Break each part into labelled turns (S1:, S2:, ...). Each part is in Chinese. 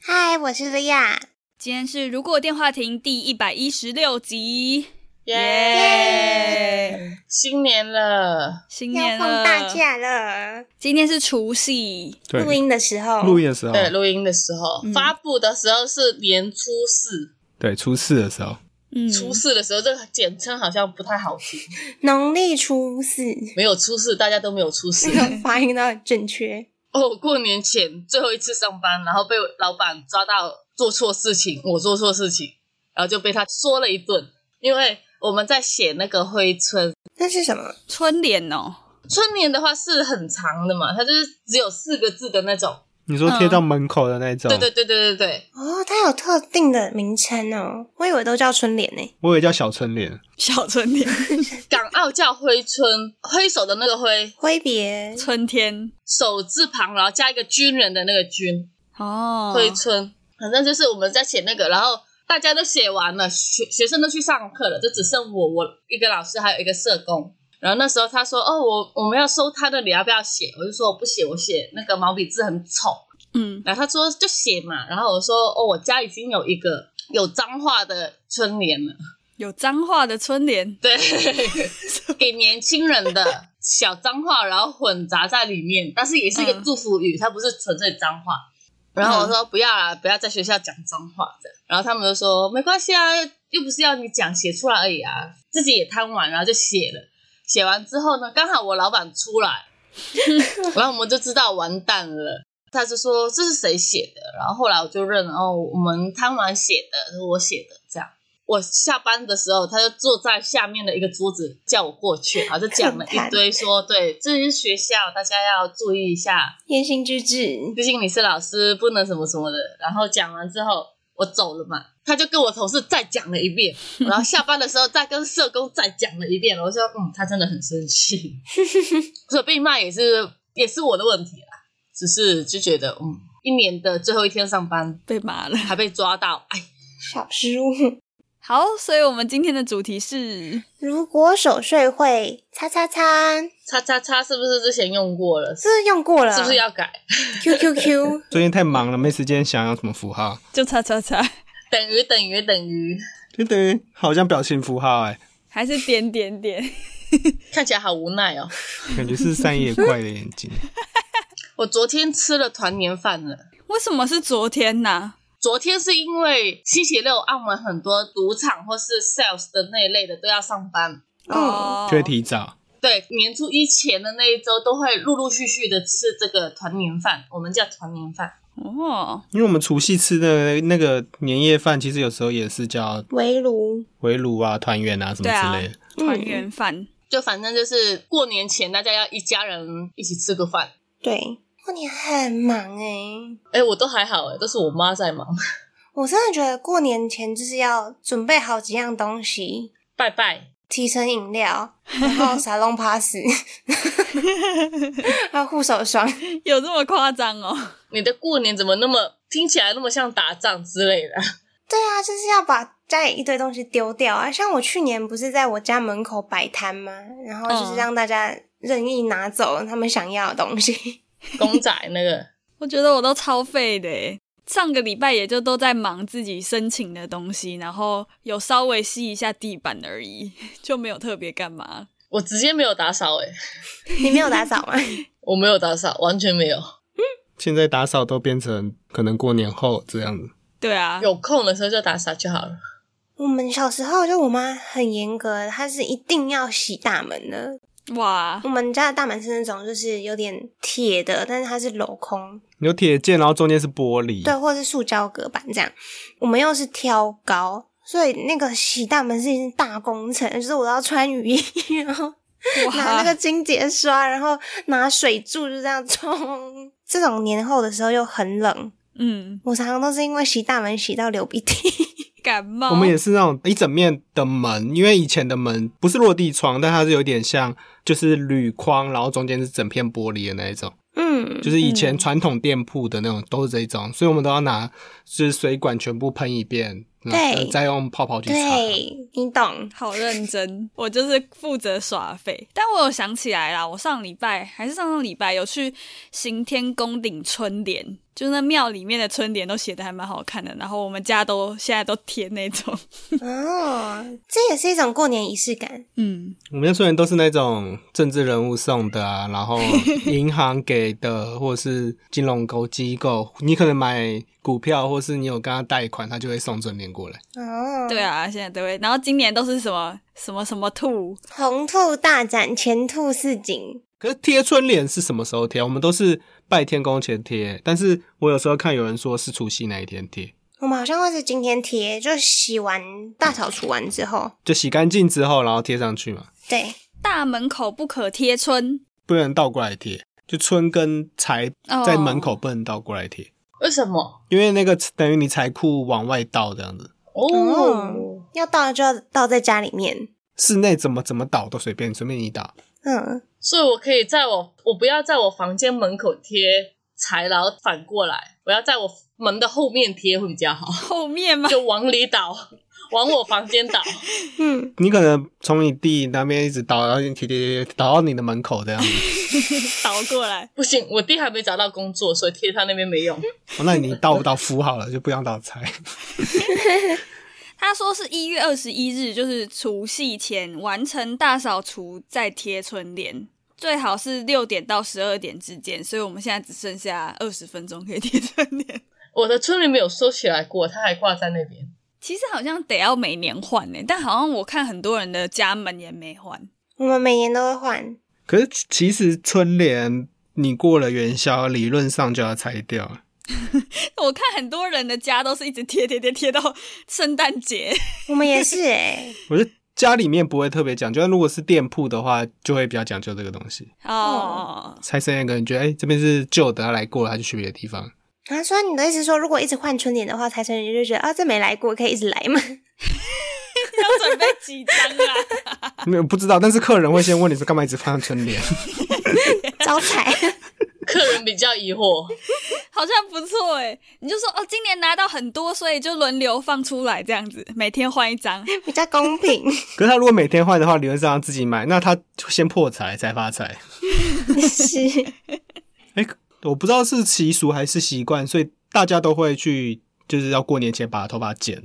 S1: 嗨，我是莉亚。
S2: 今天是《如果电话亭》第一百一十六集，
S3: 耶、
S2: 耶！
S3: 新年了，
S2: 新
S4: 要
S2: 年
S4: 放
S2: 了，
S4: 大假了，
S2: 今天是除夕，
S5: 对
S4: 录，音的时候，
S5: 录音的时候，
S3: 对，录音的时候，
S2: 哦嗯
S3: 发布的时候是年初四，
S5: 对，初四的时候，
S2: 嗯，
S3: 初四的时候这个简称好像不太好听，
S4: 农历 初四，
S3: 没有初四，大家都没有 初四
S4: 这。个发音都很正确。
S3: 哦，过年前最后一次上班，然后被老板抓到做错事情，我做错事情，然后就被他说了一顿，因为我们在写那个挥春。
S4: 那是什么？
S2: 春联哦，
S3: 春联的话是很长的嘛，它就是只有四个字的那种。
S5: 你说贴到门口的那种，
S3: 对对对对对对，
S4: 哦，它有特定的名称哦，我以为都叫春联呢。
S5: 我以为叫小春联，
S2: 小春联，
S3: 港澳叫挥春，挥手的那个挥，
S4: 挥别
S2: 春天
S3: 手字旁，然后加一个军人的那个军，
S2: 哦，
S3: 挥春。反正就是我们在写那个，然后大家都写完了，学学生都去上课了，就只剩我，我一个老师，还有一个社工。然后那时候他说：“哦，我我们要收他的，你要不要写？”我就说：“我不写，我写那个毛笔字很丑。”
S2: 嗯，
S3: 然后他说就写嘛，然后我说哦，我家已经有一个有脏话的春联了，
S2: 有脏话的春联，
S3: 对，给年轻人的小脏话，然后混杂在里面，但是也是一个
S2: 嗯
S3: 祝福语，它不是纯粹脏话。然后我说不要啦，不要在学校讲脏话这样。然后他们就说没关系啊，又不是要你讲，写出来而已啊。自己也贪玩，然后就写了。写完之后呢，刚好我老板出来，然后我们就知道完蛋了。他就说这是谁写的，然后后来我就认了哦，我们贪玩写的，是我写的这样。我下班的时候，他就坐在下面的一个桌子叫我过去，然后就讲了一堆说，对，这是学校，大家要注意一下，
S4: 言行举止，
S3: 毕竟你是老师，不能什么什么的。然后讲完之后，我走了嘛，他就跟我同事再讲了一遍，然后下班的时候再跟社工再讲了一遍。我说，嗯，他真的很生气，所以被骂也是也是我的问题啦，只是就觉得，嗯，一年的最后一天上班
S2: 被骂了。
S3: 还被抓到，哎，
S4: 小失误。
S2: 好，所以我们今天的主题是
S4: 如果守岁会，擦擦擦，
S3: 叉叉叉是不是之前用过了？
S4: 是不是用过了？
S3: 是不是要改？
S4: Q Q Q？
S5: 最近太忙了，没时间想要什么符号，
S2: 就叉叉叉，
S3: 等于等于等于，
S5: 就等于好像表情符号、欸，
S2: 还是点点点？
S3: 看起来好无奈哦。
S5: 哎，感觉是三眼怪的眼睛。
S3: 我昨天吃了团年饭了。
S2: 为什么是昨天呐、
S3: 昨天是因为星期六，澳门很多赌场或是 sales 的那一类的都要上班，
S2: 哦，
S5: 就会提早，
S3: 对，年初一前的那一周都会陆陆续续的吃这个团年饭，我们叫团年饭。
S2: 哦，
S5: 因为我们除夕吃的那个年夜饭，其实有时候也是叫
S4: 围炉
S5: 围炉啊、团圆啊什么
S2: 对啊
S5: 之类的。
S2: 团圆饭，
S3: 就反正就是过年前，大家要一家人一起吃个饭。
S4: 对，过年很忙诶。
S3: 哎，我都还好哎，都是我妈在忙。
S4: 我真的觉得过年前就是要准备好几样东西，
S3: 拜拜，
S4: 提神饮料，然后沙龙 pass，还有护手霜。
S2: 有这么夸张哦？
S3: 你的过年怎么那么听起来那么像打仗之类的？
S4: 对啊，就是要把家里一堆东西丢掉啊。像我去年不是在我家门口摆摊吗？然后就是
S2: 嗯
S4: 让大家任意拿走他们想要的东西。
S3: 公仔那个，
S2: 我觉得我都超废的耶。上个礼拜也就都在忙自己申请的东西，然后有稍微吸一下地板而已， 就没有特别干嘛。
S3: 我直接没有打扫哎，
S4: 你没有打扫吗？
S3: 我没有打扫，完全没有。
S5: 现在打扫都变成可能过年后这样子，
S2: 对啊，
S3: 有空的时候就打扫就好了。
S4: 我们小时候就我妈很严格，她是一定要洗大门的。
S2: 哇，
S4: 我们家的大门是那种就是有点铁的，但是它是镂空，
S5: 有铁件，然后中间是玻璃，
S4: 对，或者是塑胶隔板这样。我们又是挑高，所以那个洗大门是一件大工程，就是我要穿雨衣， 然后 拿那个
S2: 哇，
S4: 清洁刷，然后拿水柱就这样冲。这种年后的时候又很冷，
S2: 嗯，
S4: 我常常都是因为洗大门洗到流鼻涕。
S2: 感冒。
S5: 我们也是那种一整面的门，因为以前的门不是落地窗，但它是有点像就是铝框，然后中间是整片玻璃的那一种，
S4: 嗯，
S5: 就是以前传统店铺的那种都是这一种，所以我们都要拿就是水管全部喷一遍，然后再用泡泡去 擦。
S4: 对你懂，
S2: 好认真，我就是负责耍废。但我有想起来啦，我上礼拜还是上上礼拜有去行天宫领春联，就是那庙里面的春联都写的还蛮好看的，然后我们家都现在都贴那种。
S4: 哦，这也是一种过年仪式感。
S2: 嗯，
S5: 我们那虽然都是那种政治人物送的啊，然后银行给的，或者是金融沟机构，你可能买股票，或是你有跟他贷款，他就会送春联过来。
S4: 哦，
S2: 对，啊，现在都会。然后今年都是什么什么什么兔，
S4: 红兔大展，前兔似锦。
S5: 可是贴春联是什么时候贴？我们都是拜天公前贴，但是我有时候看有人说是除夕那一天贴，
S4: 我们好像会是今天贴，就洗完大扫除完之后，
S5: 就洗干净之后，然后贴上去嘛，
S4: 对，
S2: 大门口不可贴春。
S5: 不能倒过来贴。就春跟财
S2: 哦
S5: 在门口不能倒过来贴，
S3: 为什么？
S5: 因为那个等于你财库往外倒这样子。
S3: 哦，
S4: 要倒就要倒在家里面。
S5: 室内怎么怎么倒都随便，随便你倒。
S4: 嗯，
S3: 所以我可以在我我不要在我房间门口贴财，然后反过来，我要在我门的后面贴会比较好，
S2: 后面吗？
S3: 就往里倒，往我房间倒。
S4: 嗯，
S5: 你可能从你弟那边一直倒，然后一直贴贴贴倒到你的门口这样子。
S2: 倒过来，
S3: 不行，我弟还没找到工作，所以贴他那边没用。
S5: 哦那你倒不倒福好了，就不想倒财。
S2: 他说是一月二十一日，就是除夕前完成大扫除，再贴春联，最好是六点到十二点之间。所以我们现在只剩下二十分钟可以贴春联。
S3: 我的春联没有收起来过，它还挂在那边。
S2: 其实好像得要每年换呢、但好像我看很多人的家门也没换。
S4: 我们每年都会换。
S5: 可是其实春联你过了元宵，理论上就要拆掉。
S2: 我看很多人的家都是一直贴贴贴贴到圣诞节。
S4: 我们也是哎、
S5: 我觉得家里面不会特别讲究，但如果是店铺的话，就会比较讲究这个东西。
S2: 哦，
S5: 拆剩那个，你觉得哎、诶这边是旧的，他来过了，他就去别的地方。
S4: 啊，所以你的意思说，如果一直换春联的话，财神爷就觉得啊，这没来过，可以一直来嘛？
S2: 要准备几张啊啦？
S5: 没有不知道，但是客人会先问你说干嘛一直放春联。
S4: 招财。
S3: 客人比较疑惑，
S2: 好像不错哎，你就说哦，今年拿到很多，所以就轮流放出来这样子，每天换一张。
S4: 比较公平。
S5: 可是他如果每天换的话，理论上要自己买，那他就先破财才发财。
S4: 是，
S5: 哎、我不知道是习俗还是习惯，所以大家都会去，就是要过年前把头发剪，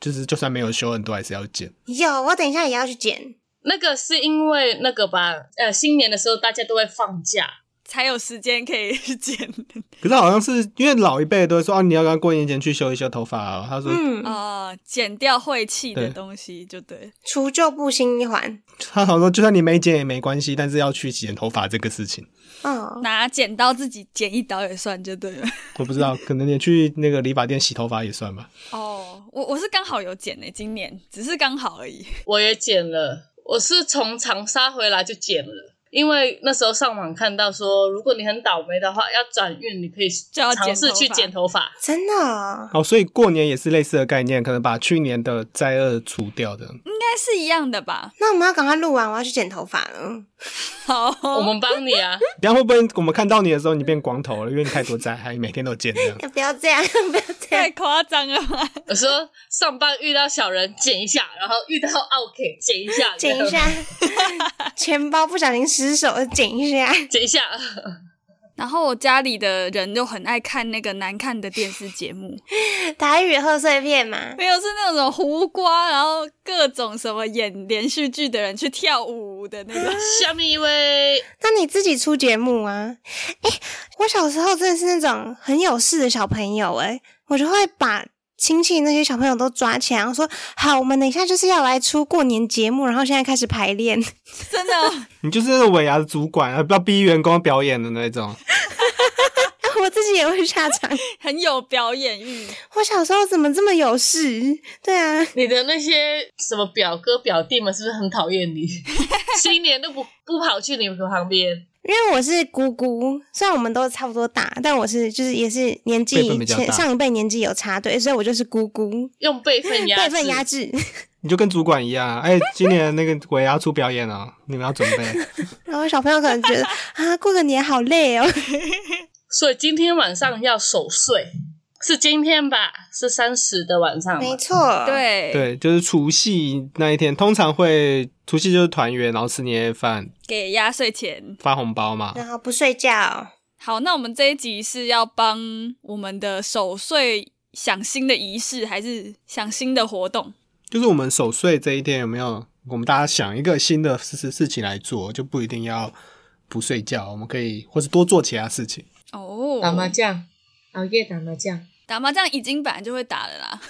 S5: 就是就算没有修，很多还是要剪。
S4: 有我等一下也要去剪。
S3: 那个是因为那个吧，呃，新年的时候大家都会放假，
S2: 才有时间可以去剪
S5: 可是好像是因为老一辈都会说啊，你要跟他过年前去修一修头发、哦。他说、
S4: 嗯，
S2: 啊、剪掉晦气的
S5: 对
S2: 东西就对。
S4: 除旧布新一环。
S5: 他好像说就算你没剪也没关系，但是要去剪头发这个事情，
S4: 哦，
S2: 拿剪刀自己剪一刀也算就对了。
S5: 我不知道，可能你去那个理发店洗头发也算吧。
S2: 哦， 我我是刚好有剪呢、欸今年只是刚好而已。
S3: 我也剪了，我是从长沙回来就剪了。因为那时候上网看到说，如果你很倒霉的话，要转运，你可以
S2: 就要
S3: 尝试去
S2: 剪
S3: 剪头发。
S4: 真的哦、
S5: 哦，所以过年也是类似的概念，可能把去年的灾厄除掉的。
S2: 应该是一样的吧？
S4: 那我们要赶快录完，我要去剪头发了。
S2: 好，
S3: 我们帮你啊，
S5: 等一下会不会我们看到你的时候你变光头了？因为你太多灾害，每天都剪这样。
S4: 要不要这样？ 不要这
S2: 太
S4: 样。
S2: 夸张了吧？
S3: 我说上班遇到小人剪一下，然后遇到 OK 剪一下，
S4: 剪一下，钱包不小心失手，剪一下。
S3: 剪一下。
S2: 然后我家里的人就很爱看那个难看的电视节目，
S4: 台语贺岁片嘛，
S2: 没有是那种胡瓜，然后各种什么演连续剧的人去跳舞的那种。
S3: 下面一位，
S4: 那你自己出节目啊？哎、我小时候真的是那种很有事的小朋友、诶我就会把亲戚那些小朋友都抓起来，然后说：“好，我们等一下就是要来出过年节目，然后现在开始排练。” 啊
S2: 真的哦，
S5: 你就是那种尾牙的主管，啊，要逼员工表演的那种。
S4: 我自己也会下场。
S2: 很有表演 欲。
S4: 我小时候怎么这么有事？对啊，
S3: 你的那些什么表哥表弟们是不是很讨厌你？新年都不不跑去你们旁边，
S4: 因为我是姑姑，虽然我们都差不多大，但我是就是也是年纪
S5: 辈分比较
S4: 前
S5: 大
S4: 上一辈年纪有差，对，所以我就是姑姑，
S3: 用辈分压
S4: 辈分
S3: 制
S4: 压制。
S5: 你就跟主管一样啊，哎、今年那个我也要出表演哦，你们要准备。
S4: 然后小朋友可能觉得啊，过个年好累 哦，
S3: 所以今天晚上要守岁，是今天吧？是三十的晚上
S4: 没
S3: 吗？
S4: 错，，
S2: 对，
S5: 对，就是除夕那一天，通常会除夕就是团圆，然后吃年夜饭、
S2: 给压岁钱。
S5: 发红包嘛。
S4: 然后不睡觉，
S2: 好，那我们这一集是要帮我们的守岁想新的仪式，还是想新的活动？
S5: 就是我们守岁这一天有没有？我们大家想一个新的事事事情来做，就不一定要不睡觉，我们可以或是多做其他事情。
S2: 哦，
S3: 打麻将，熬夜打麻将，
S2: 打麻将已经本来就会打了啦。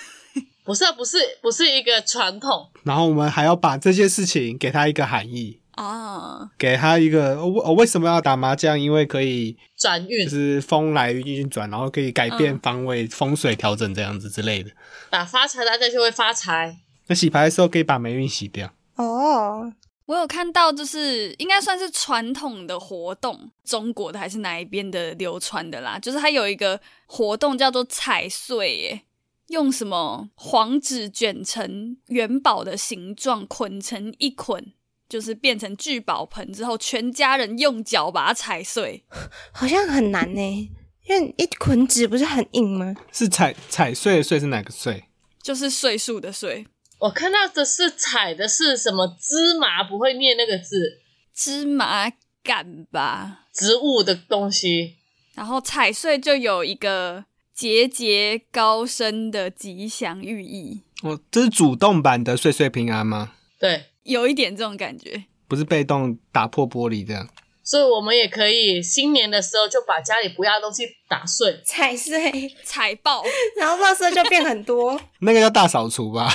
S3: 不是啊不是不是一个传统，
S5: 然后我们还要把这些事情给他一个含义，
S2: 啊，
S5: 给他一个哦我、哦、为什么要打麻将？因为可以
S3: 转
S5: 就
S3: 运
S5: 是风来运转，然后可以改变
S2: 嗯
S5: 方位、风水调整这样子之类的。
S3: 打发财，大家就会发财。
S5: 那洗牌的时候可以把霉运洗掉。
S4: 哦，
S2: 我有看到，就是应该算是传统的活动，中国的还是哪一边的流传的啦。就是它有一个活动叫做踩碎，耶，用什么黄纸卷成元宝的形状，捆成一捆，就是变成聚宝盆之后，全家人用脚把它踩碎。
S4: 好像很难呢，因为一捆纸不是很硬吗？
S5: 是踩踩碎的碎是哪个碎？
S2: 就是岁数的岁，
S3: 我看到的是踩的是什么芝麻，不会念那个字，
S2: 芝麻杆吧，
S3: 植物的东西。
S2: 然后踩碎就有一个节节高升的吉祥寓意，
S5: 哦，这是主动版的岁岁平安吗？
S3: 对，
S2: 有一点这种感觉。
S5: 不是被动打破玻璃这样。
S3: 所以我们也可以新年的时候就把家里不要的东西打碎，
S4: 踩碎，
S2: 踩 爆，
S4: 然后垃圾就变很 多，
S5: 那个叫大扫除吧，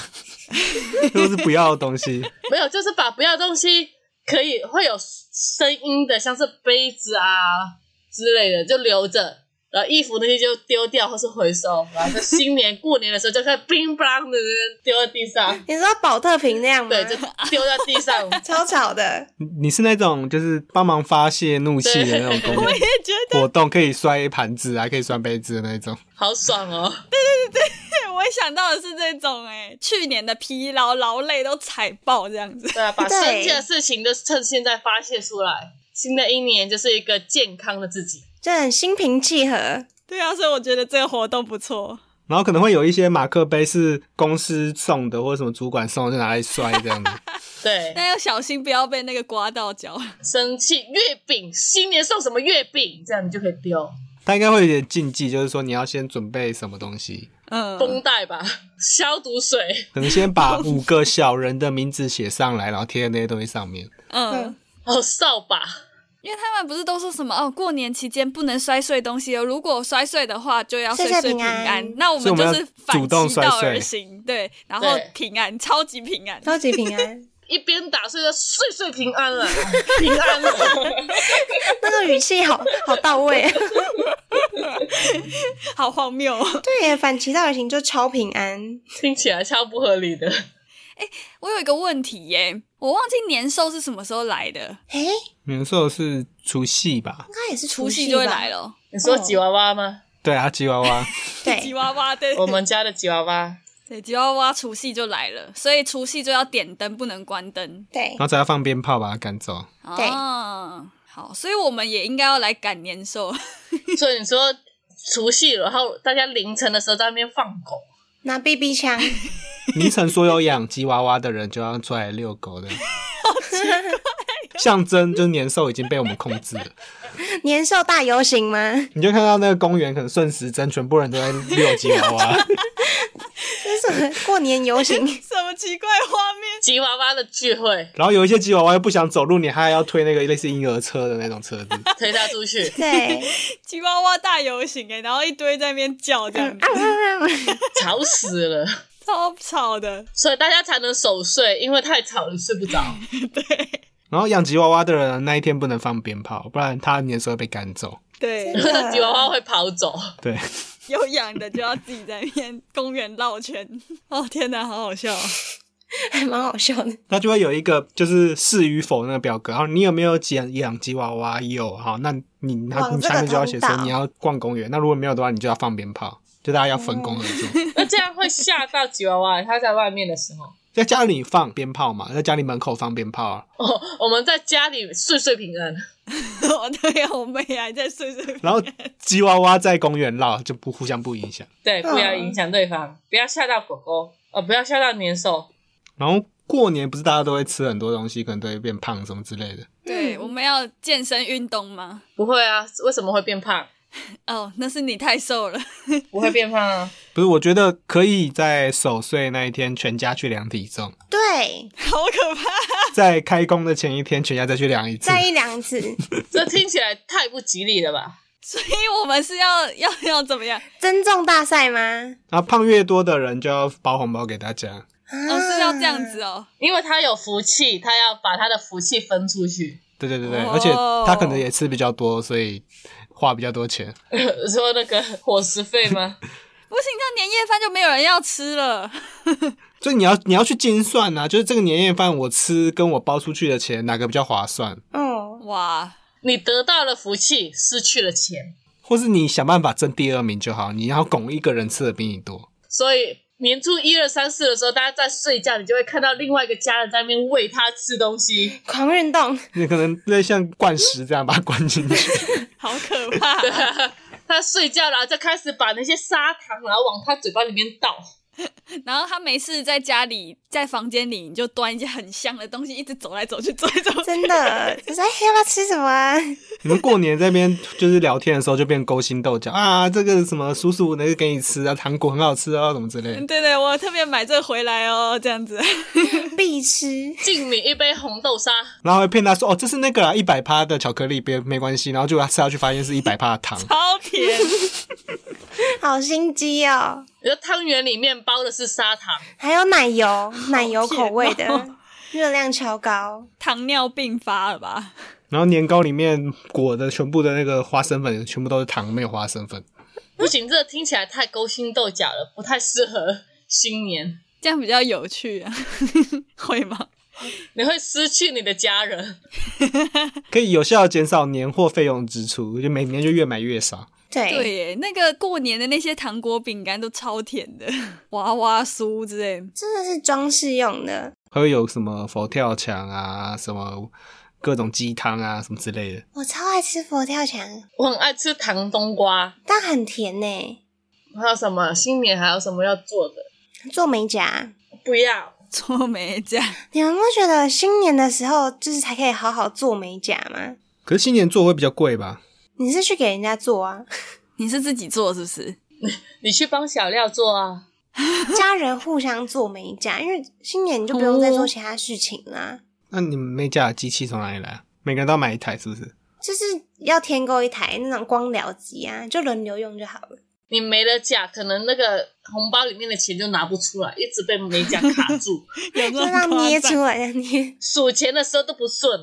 S5: 都是不要的东西。
S3: 没有，就是把不要的东西可以会有声音的，像是杯子啊之类的，就留着。然后衣服那些就丢掉或是回收，然后在新年过年的时候就可以乒乓的丢在地 上，
S4: 你知道保特瓶那样吗？
S3: 对，就丢在地上。
S4: 超吵的，
S5: 你你是那种就是帮忙发泄怒气的那种工作活动，可以摔盘子啊，可以摔杯子的那种。
S3: 好爽哦！
S2: 对我想到的是这种哎、去年的疲劳劳累都踩爆这样子。
S3: 对啊，把
S4: 对
S3: 生气的事情都趁现在发泄出来。新的一年就是一个健康的自己，
S4: 就很心平气和。
S2: 对啊，所以我觉得这个活动不错。
S5: 然后可能会有一些马克杯是公司送的，或者什么主管送的，就拿来摔这样子。
S3: 对，
S2: 但要小心不要被那个刮到脚。
S3: 生气月饼，新年送什么月饼，这样你就可以丢
S5: 它应该会有点禁忌，就是说你要先准备什么东西，
S3: 绷
S2: 嗯，
S3: 带吧，消毒水。
S5: 可能先把五个小人的名字写上来，然后贴在那些东西上面。
S2: 嗯，
S3: 还有扫把，
S2: 因为他们不是都说什么哦，过年期间不能摔碎东西哦，如果摔碎的话就要
S4: 岁
S2: 岁
S4: 岁
S2: 岁
S4: 平
S2: 平
S4: 安
S2: 安。那我
S5: 所以
S2: 们
S5: 我
S2: 就
S5: 们
S2: 是
S5: 要主
S2: 反
S5: 动
S2: 其
S5: 摔
S2: 道而
S5: 碎
S2: 行，对，然后
S3: 对
S2: 平安，超级平 安。
S4: 超级平安，
S3: 一边打碎就岁岁平安了，平安了。
S4: 那个语气好好到 位。
S2: 好荒谬、哦！
S4: 对耶，反其道而行就超平安。
S3: 听起来超不合理的。
S2: 我有一个问题耶，我忘记年兽是什么时候来的，
S4: 诶，应
S5: 年兽是除夕吧？
S4: 该也是
S2: 除
S4: 夕
S2: 夕就会
S4: 吧
S2: 来。了。
S3: 你说吉娃娃吗？
S5: 对啊，吉娃 娃。
S2: 吉
S4: 对，哦
S2: 娃娃对，
S3: 我们家的吉娃娃，
S2: 对吉娃娃除夕就来了，所以除夕就要点灯，不能关灯。
S4: 对
S5: 然后，再要放鞭炮把它赶走。
S4: 对
S2: 啊，好，所以我们也应该要来赶年兽。
S3: 所以你说除夕，然后大家凌晨的时候在那边放狗，
S4: 拿 BB 枪，
S5: 凌晨所有养吉娃娃的人就要出来遛狗的，象征就是年兽已经被我们控制了。
S4: 年兽大游行吗？
S5: 你就看到那个公园可能顺时针，全部人都在遛吉娃娃，
S4: 这是什么过年游行？
S2: 什么奇怪画面？
S3: 吉娃娃的聚会
S5: 然后有一些吉娃娃又不想走路，你还要推那个类似婴儿车的那种车子。
S3: 推他出 去，
S4: 对，
S2: 吉娃娃大游行哎，然后一堆在那边叫，
S4: 嗯
S2: 这样
S4: 啊
S2: 子、
S3: 吵死了。
S2: 超吵的。
S3: 所以大家才能守岁，因为太吵了睡不着。
S5: 然后养吉娃娃的人那一天不能放鞭炮，不然他年兽会被赶走。
S2: 对，
S4: 嗯啊
S3: 吉娃娃会跑走，
S5: 对，
S2: 有养的就要自己在那边公园绕圈。哦天哪，好好笑哦、
S4: 还蛮好笑的。
S5: 它就会有一个就是是与否那个表格，然后你有没有养养吉娃娃？有，好，那你那
S4: 往
S5: 你
S4: 这个
S5: 下面就要写
S4: 通
S5: 说
S4: 道
S5: 你要逛公园，那如果没有的话，你就要放鞭炮，就大家要分工合
S4: 嗯
S5: 作。
S3: 那这样会吓到吉娃娃，它在外面的时候。
S5: 在家里放鞭炮嘛，在家里门口放鞭炮啊，
S3: 哦，我们在家里岁岁平安，
S2: 我哦对啊呀，我们也还在睡睡。
S4: 嗯
S5: 然后吉娃娃在公园绕，就不互相不影响。
S3: 对，不要影响对方，不要吓到狗狗，呃，不要吓到年兽。
S5: 然后过年不是大家都会吃很多东西，可能都会变胖什么之类的。
S2: 对，我们要健身运动吗？
S3: 不会啊，为什么会变胖？
S2: 哦，那是你太瘦了。
S3: 不会变胖啊，
S5: 不是，我觉得可以在守岁那一天全家去量体重，
S4: 对，
S2: 好可怕！
S5: 在开工的前一天全家再去量一次。
S4: 再一两 次，
S3: 这听起来太不吉利了吧？
S2: 所以我们是要要要怎么样？
S4: 增重大赛吗？
S5: 然后胖越多的人就要包红包给大家。
S2: 哦，是要这样子哦。
S3: 因为他有福气，他要把他的福气分出去。
S5: 对对对对，
S2: 哦
S5: 而且他可能也吃比较多，所以花比较多钱。
S3: 说那个伙食费吗？
S2: 不行，那年夜饭就没有人要吃了。
S5: 所以你要你要去精算啊，就是这个年夜饭我吃跟我包出去的钱哪个比较划算，
S4: 哦，
S2: 哇，
S3: 你得到了福气，失去了钱，
S5: 或是你想办法争第二名就好，你要拱一个人吃的比你多。
S3: 所以年初一二三四的时候，大家在睡觉，你就会看到另外一个家人在那边喂他吃东西。
S4: 狂运动，
S5: 你可能类像灌食这样把它灌进去，
S2: 好可 怕！
S3: 他睡觉然后就开始把那些砂糖，然后往他嘴巴里面倒。
S2: 然后他没事在家里，在房间里，你就端一些很香的东西，一直走来走去，走来走 去。
S4: 真的，就是哎，要不要吃什么啊？
S5: 你们过年这边就是聊天的时候就变勾心斗角啊，这个什么叔叔那个给你吃啊，糖果很好吃啊，什么之类的。
S2: 对对，我特别买这个回来哦，这样子。
S4: 必吃，
S3: 敬你一杯红豆沙，
S5: 然后会骗他说哦，这是那个一百趴的巧克力，别没关系。然后就吃下去发现是一百趴的糖，
S2: 超甜，
S4: 好心机哦。
S3: 你说汤圆里面包的是砂糖，
S4: 还有奶油，奶油口味
S2: 好
S4: 的
S2: 甜，
S4: 热量超高。
S2: 糖尿病发了吧？
S5: 然后年糕里面裹的全部的那个花生粉全部都是糖，没有花生粉。
S3: 不行，这听起来太勾心斗角了，不太适合新年。
S2: 这样比较有趣啊， 会吗？
S3: 你会失去你的家人，
S5: 可以有效地减少年货费用支出，就每年就越买越少。
S4: 对，
S2: 对耶，那个过年的那些糖果饼干都超甜的，娃娃酥之类。
S4: 真的是装饰用的。
S5: 还会有什么佛跳墙啊，什么各种鸡汤啊，什么之类的。
S4: 我超爱吃佛跳墙，
S3: 我很爱吃糖冬瓜，
S4: 但很甜呢。
S3: 还有什么新年还有什么要做的？
S4: 做美甲，
S3: 不要，
S2: 做美甲，
S4: 你们不觉得新年的时候就是才可以好好做美甲吗？
S5: 可是新年做会比较贵吧？
S4: 你是去给人家做啊，
S2: 你是自己做是不是？
S3: 你去帮小廖做啊。
S4: 家人互相做美甲，因为新年你就不用
S3: 哦
S4: 再做其他事情啦，
S5: 那你们美甲的机器从哪里来啊？每个人都要买一台是不是？
S4: 就是要添购一台那种光疗机啊，就轮流用就好了。
S3: 你没了假，可能那个红包里面的钱就拿不出来，一直被美甲卡住，
S2: 有
S4: 就让捏出来，让捏，
S3: 数钱的时候都不顺。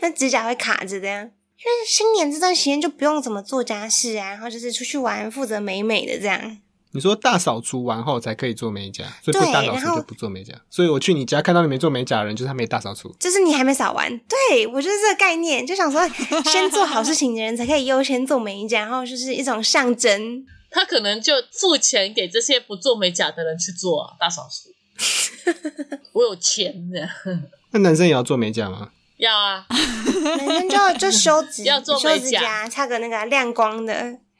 S4: 那指甲会卡着的呀。因为新年这段时间就不用怎么做家事啊，然后就是出去玩，负责美美的这样。
S5: 你说大扫除完后才可以做美甲，所以不
S4: 对
S5: 大扫
S4: 然
S5: 除
S4: 后
S5: 就不做美甲。所以我去你家看到你没做美甲的人，就是他没大扫除。
S4: 就是你还没扫完，对我就是这个概念，就想说先做好事情的人才可以优先做美甲，然后就是一种 象征。
S3: 他可能就付钱给这些不做美甲的人去做啊，大扫除。我有钱的，
S5: 那男生也要做美甲吗？
S3: 要啊，
S4: 男生就就修指，
S3: 要做
S4: 修
S3: 美甲
S4: 指甲，擦个那个亮光的，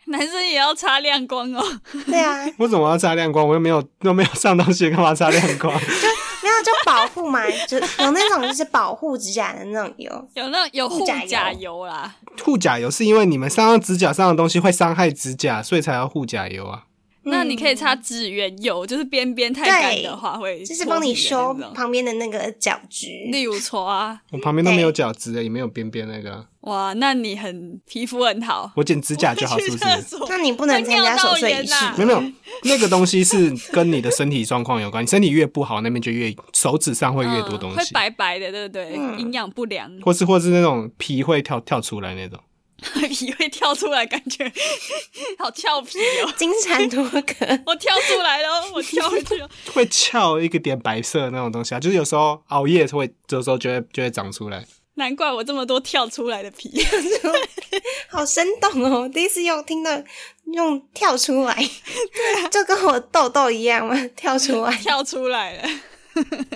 S2: 男生也要擦亮光 哦，
S4: 对啊，
S5: 我怎么要擦亮光？我又没有又没有上东西，干嘛擦亮 光？
S4: 没有就保护嘛， 就有那种就是保护指甲的那种油。
S2: 有那种有护
S4: 护甲油
S2: 甲油啦。
S5: 护甲油是因为你们上到指甲上的东西会伤害指甲，所以才要护甲油啊。
S2: 那你可以擦
S4: 嗯，
S2: 指缘油，就是边边太干的话会
S4: 就是帮你修
S2: 脱皮的那种
S4: 旁边的那个角质。
S2: 例如搓啊，
S5: 我旁边都没有角质的，也没有边边那个啊，
S2: 哇，那你很皮肤很好，
S5: 我剪指甲就好，
S2: 去
S5: 是不是？
S2: 厕所
S4: 那你不能参加守岁仪式
S2: 会尿道炎啊
S5: 没有没有，那个东西是跟你的身体状况有关，你身体越不好，那边就越手指上会越
S2: 嗯
S5: 多东
S2: 会
S5: 西，
S2: 白白的，对不对？
S4: 嗯
S2: 营养不良，
S5: 或是或是那种皮会跳跳出来那种。
S2: 皮会跳出来，感觉 好俏皮哦。。
S4: 金蝉脱壳
S2: 我跳出来了，我跳回去了。
S5: 会翘一个点白色那种东西啊，就是有时候熬夜会，有时候就会就会长出来。
S2: 难怪我这么多跳出来的皮。
S4: 好生动哦！ 第一次用听到用跳出来， 就跟我痘痘一样嘛， 跳出来。
S2: 跳出来了。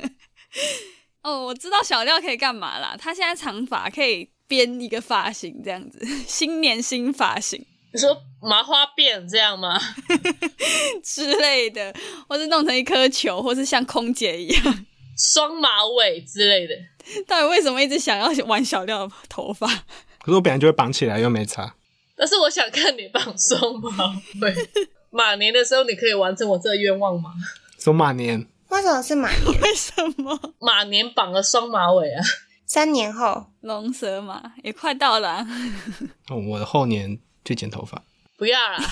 S2: 哦，我知道小廖可以干嘛啦，他现在长发可以编一个发型，这样子， 新年新发型
S3: 你说麻花辫这样吗？
S2: 之类的，或是弄成一颗球，或是像空姐一样。
S3: 双马尾之类的，
S2: 到底为什么一直想要玩小廖的头发？
S5: 可是我本来就会绑起来，又没差。
S3: 但是我想看你绑双马尾。 马年的时候，你可以完成我这个愿望吗？
S5: 说马年
S4: 为什么是马
S2: 为什么？
S3: 马年绑了双马尾啊，
S4: 三年后？
S2: 龙蛇嘛，也快到了啊、
S5: 哦我的后年去剪头发，
S3: 不要 啦，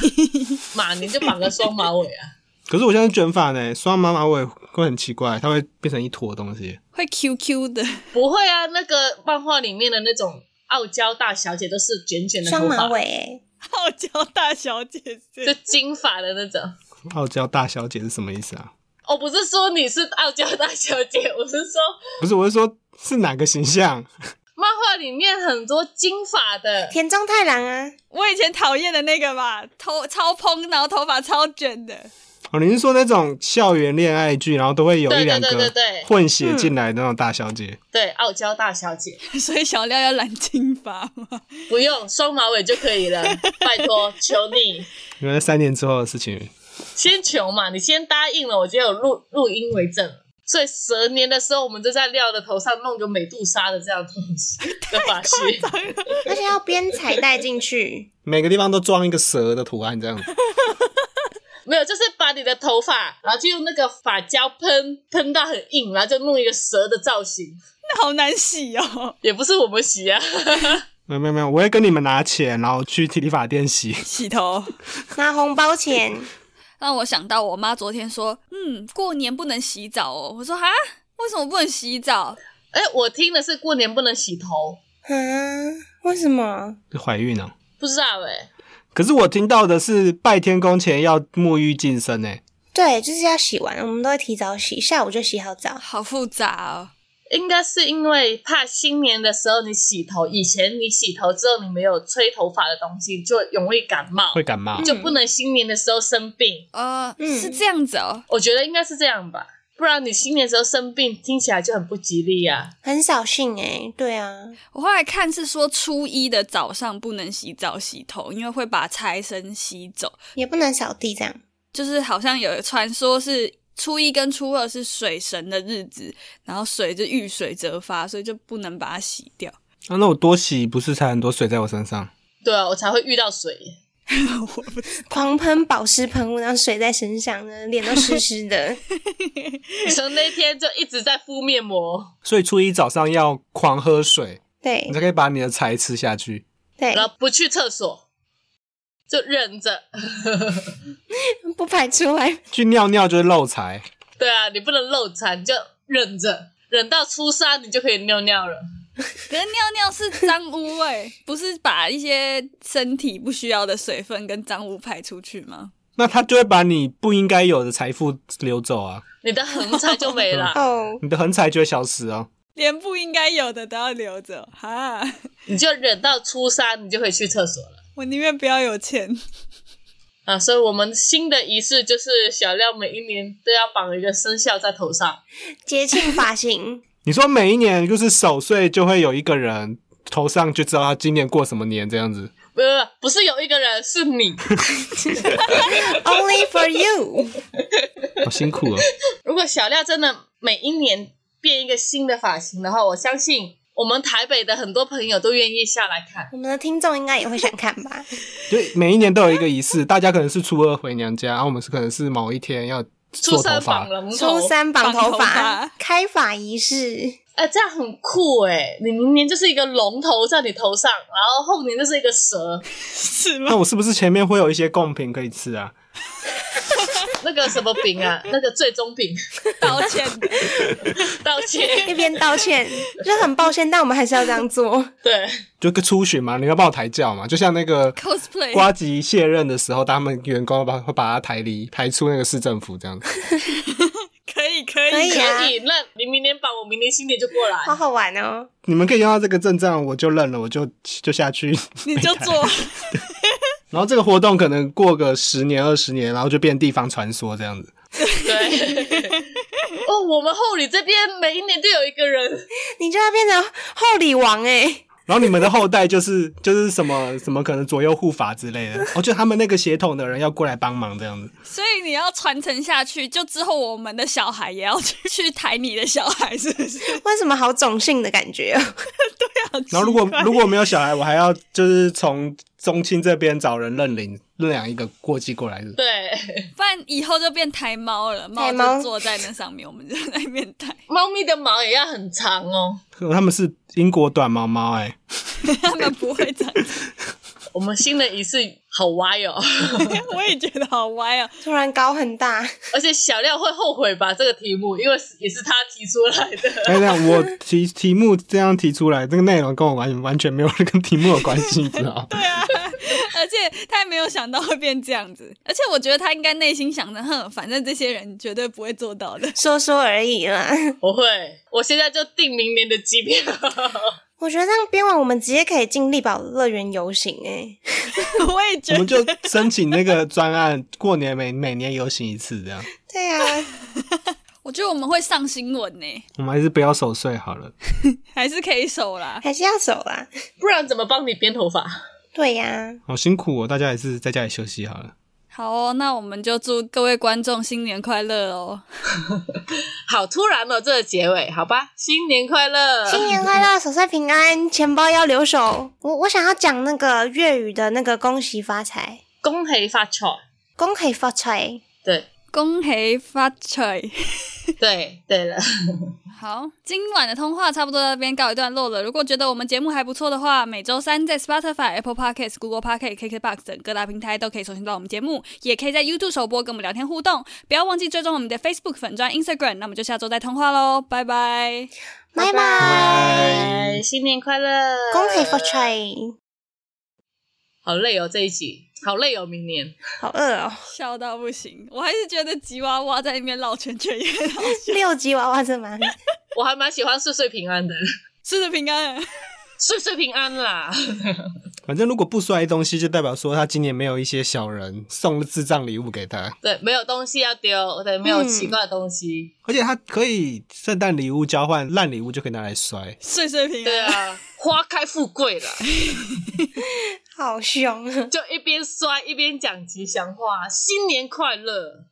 S3: 马年就绑个双马尾啊。
S5: 可是我现在是卷发呢，双马马尾会很奇怪，它会变成一坨东西。
S2: 会 QQ 的，
S3: 不会啊，那个漫画里面的那种傲娇大小姐都是卷卷的头
S4: 双
S3: 发，
S4: 马尾、欸，
S2: 傲娇大小姐
S3: 就
S2: 姐，
S3: 金发的那种。
S5: 傲娇大小姐是什么意思啊？
S3: 我不是说你是傲娇大小姐，我是说
S5: 不是，我是说，是哪个形象？
S3: 漫画里面很多金发的，
S4: 田中太郎啊，
S2: 我以前讨厌的那个吧，头超蓬，然后头发超卷的。
S5: 哦，你是说那种校园恋爱剧，然后都会有一两
S3: 对对对
S5: 个
S3: 对对嗯
S5: 混血进来的那种大小姐？
S3: 对，傲娇大小姐，
S2: 所以小廖要染金发吗？
S3: 不用双马尾就可以了，拜托，求你，
S5: 因为三年之后的事情，
S3: 先求嘛，你先答应了，我就有录录音为证了。所以蛇年的时候，我们就在廖的头上弄个美杜莎的这样的东 西的发型，
S4: 而且要编彩带进去，
S5: 每个地方都装一个蛇的图案，这样子。
S3: 没有，就是把你的头发，然后就用那个发胶喷喷到很硬，然后就弄一个蛇的造型，
S2: 那好难洗哦，
S3: 也不是我们洗 啊，
S5: 没有没有没有，我会跟你们拿钱，然后去体理发店洗。
S2: 洗头。
S4: 拿红包钱，
S2: 让我想到我妈昨天说，嗯，过年不能洗澡哦。我说哈，为什么不能洗澡？
S3: 哎，我听的是过年不能洗头，
S4: 啊？为什么？
S5: 怀孕了、
S3: 不知道哎、
S5: 可是我听到的是拜天公前要沐浴净身诶，
S4: 对，就是要洗完，我们都会提早洗，下午就洗好澡。
S2: 好复杂哦。
S3: 应该是因为怕新年的时候你洗头，以前你洗头之后你没有吹头发的东西，就容易感冒，
S5: 会感冒。
S3: 就不能新年的时候生病。
S2: 呃，
S4: 嗯
S2: 是这样子哦。
S3: 我觉得应该是这样吧，不然你新年的时候生病，听起来就很不吉利啊。
S4: 很扫兴哎、对啊，
S2: 我后来看是说初一的早上不能洗澡洗头，因为会把财神吸走。
S4: 也不能扫地这样。
S2: 就是好像有传说是初一跟初二是水神的日子，然后水就遇水则发，所以就不能把它洗掉。
S5: 啊，那我多洗不是才很多水在我身上？
S3: 对啊，我才会遇到水。
S2: 我不
S4: 狂喷保湿喷雾，然后水在身上呢，脸都湿湿的。
S3: 你从那天就一直在敷面 膜，
S5: 所以初一早上要狂喝水，
S4: 对
S5: 你才可以把你的财吃下去。
S4: 对，
S3: 然后不去厕所，就忍着。
S4: 不排出来，，
S5: 去尿尿就是漏财，
S3: 对啊，你不能漏产，你就忍着，忍到初三你就可以尿尿了。
S2: 可是尿尿是脏污哎、 不是把一些身体不需要的水分跟脏污排出去吗？
S5: 那他就会把你不应该有的财富流走啊，
S3: 你的横财就没了
S5: 你的横财就会消失哦。
S2: 连不应该有的都要留着哈，
S3: 你就忍到初三，你就可以去厕所了
S2: 我宁愿不要有钱。
S3: 啊。所以我们新的仪式就是小廖每一年都要绑一个生肖在头上，
S4: 节庆发型，
S5: 你说每一年就是守岁就会有一个人头上就知道他今年过什么年这样子，
S3: 不不不，不是有一个人是你。
S4: Only for you。
S5: 好辛苦哦。
S3: 如果小廖真的每一年变一个新的发型的话，我相信我们台北的很多朋友都愿意下来看。
S4: 我们的听众应该也会想看吧？
S5: 就每一年都有一个仪式，大家可能是初二回娘家，然、啊后我们是可能是某一天要
S3: 初
S5: 做头
S3: 三
S5: 发
S3: 绑，龙头
S4: 初，三
S2: 绑
S4: 绑
S2: 头
S4: 头
S2: 发
S4: 发，开发仪式，
S3: 哎、这样很酷哎、你明年就是一个龙头在你头上，然后后年就是一个蛇，
S2: 是吗？
S5: 那我是不是前面会有一些贡品可以吃啊？
S3: 那个什么饼啊，那个最终饼，
S2: 道歉，
S3: 道歉，
S4: 一边道歉，就是很抱歉，但我们还是要这样做。
S3: 对，
S5: 就个初选嘛，你要帮我抬轿嘛，就像那个
S2: Cosplay
S5: 瓜吉卸任的时候，他们员工把会把他抬离抬出那个市政府这样子。
S2: 可以可以，
S4: 可以啊
S3: 可，以。那你明年绑，我明年新年就过来。
S4: 好好玩哦。
S5: 你们可以用到这个阵仗，我就认了，我就就下去。
S2: 你就做，
S5: 然后这个活动可能过个十年二十年，然后就变地方传说这样子。
S3: 对，哦，我们后里这边每一年都有一个人，
S4: 你就要变成厚礼王哎，
S5: 然后你们的后代就是 就是什么什么可能左右护法之类的，哦，就他们那个血统的人要过来帮忙这样子。
S2: 所以你要传承下去，就之后我们的小孩也要去 去抬你的小孩，是不是？
S4: 为什么好种姓的感觉哦？
S5: 然后如果
S2: 好奇怪
S5: 如果没有小孩，我还要就是从宗亲这边找人认领认养一个过继过来的。
S3: 对，
S2: 不然以后就变抬猫了，猫
S4: 抬猫
S2: 就坐在那上面，我们就在那边抬。
S3: 猫咪的毛也要很长哦。
S5: 他们是英国短毛猫哎、
S2: 他们不会长，
S3: 我们新的一次好歪哦，
S2: 我也觉得好歪哦。
S4: 突然高很大，
S3: 而且小廖会后悔吧这个题目，因为也是他提出来的。
S5: 哎，那我题题目这样提出来，这个内容跟我完全完全没有跟题目有关系，你知道吗？
S2: 而且他也没有想到会变这样子，而且我觉得他应该内心想着，哼，反正这些人绝对不会做到的。
S4: 说说而已啦。
S3: 我会，我现在就订明年的机票。
S4: 我觉得这样编完，我们直接可以进力宝乐园游行哎。
S2: 我也觉
S5: 我们
S2: 得，
S5: 就申请那个专案，过年每每年游行一次，这样。
S4: 对啊，
S2: 我觉得我们会上新闻呢，
S5: 我们还是不要守岁好了。
S2: 还是可以守啦。
S4: 还是要走啦。
S3: 不然怎么帮你编头发？
S4: 对呀、
S5: 好辛苦哦，大家还是在家里休息好了。
S2: 好哦，那我们就祝各位观众新年快乐哦！
S3: 好突然哦，这个结尾，好吧，新年快乐！
S4: 新年快乐，手岁平安，钱包要留手。我我想要讲那个粤语的那个恭喜发财，
S3: 恭喜发财！
S4: 恭喜发财。
S3: 对
S2: 恭喜发财！
S3: 对对了，
S2: 好，今晚的通话差不多到这边告一段落了。如果觉得我们节目还不错的话，每周三在 Spotify、Apple Podcasts、Google Podcasts、KKBox 等各大平台都可以收听到我们节目，也可以在 YouTube 首播跟我们聊天互动。不要忘记追踪我们的 Facebook 粉专、Instagram。那我们就下周再通话喽，拜拜。
S4: 拜拜，
S5: 拜。
S3: 新年快乐！
S4: 恭喜发！财。
S3: 好累哦，这一集好累哦，明年
S4: 好饿哦，
S2: 笑到不行，我还是觉得吉娃娃在那边绕圈圈也很好 笑。
S4: 六级娃娃真蛮。
S3: 我还蛮喜欢岁岁平安的，
S2: 吃的平安，
S3: 岁岁平安啦！
S5: 反正如果不摔东西，就代表说他今年没有一些小人送了智障礼物给他，
S3: 对，没有东西要丢，对，没有奇怪的东西。
S5: 而且他可以圣诞礼物交换烂礼物就可以拿来摔。
S2: 岁岁平
S3: 对
S2: 安。
S3: 啊，花开富贵了，
S4: 好凶啊！
S3: 就一边摔一边讲吉祥话，新年快乐！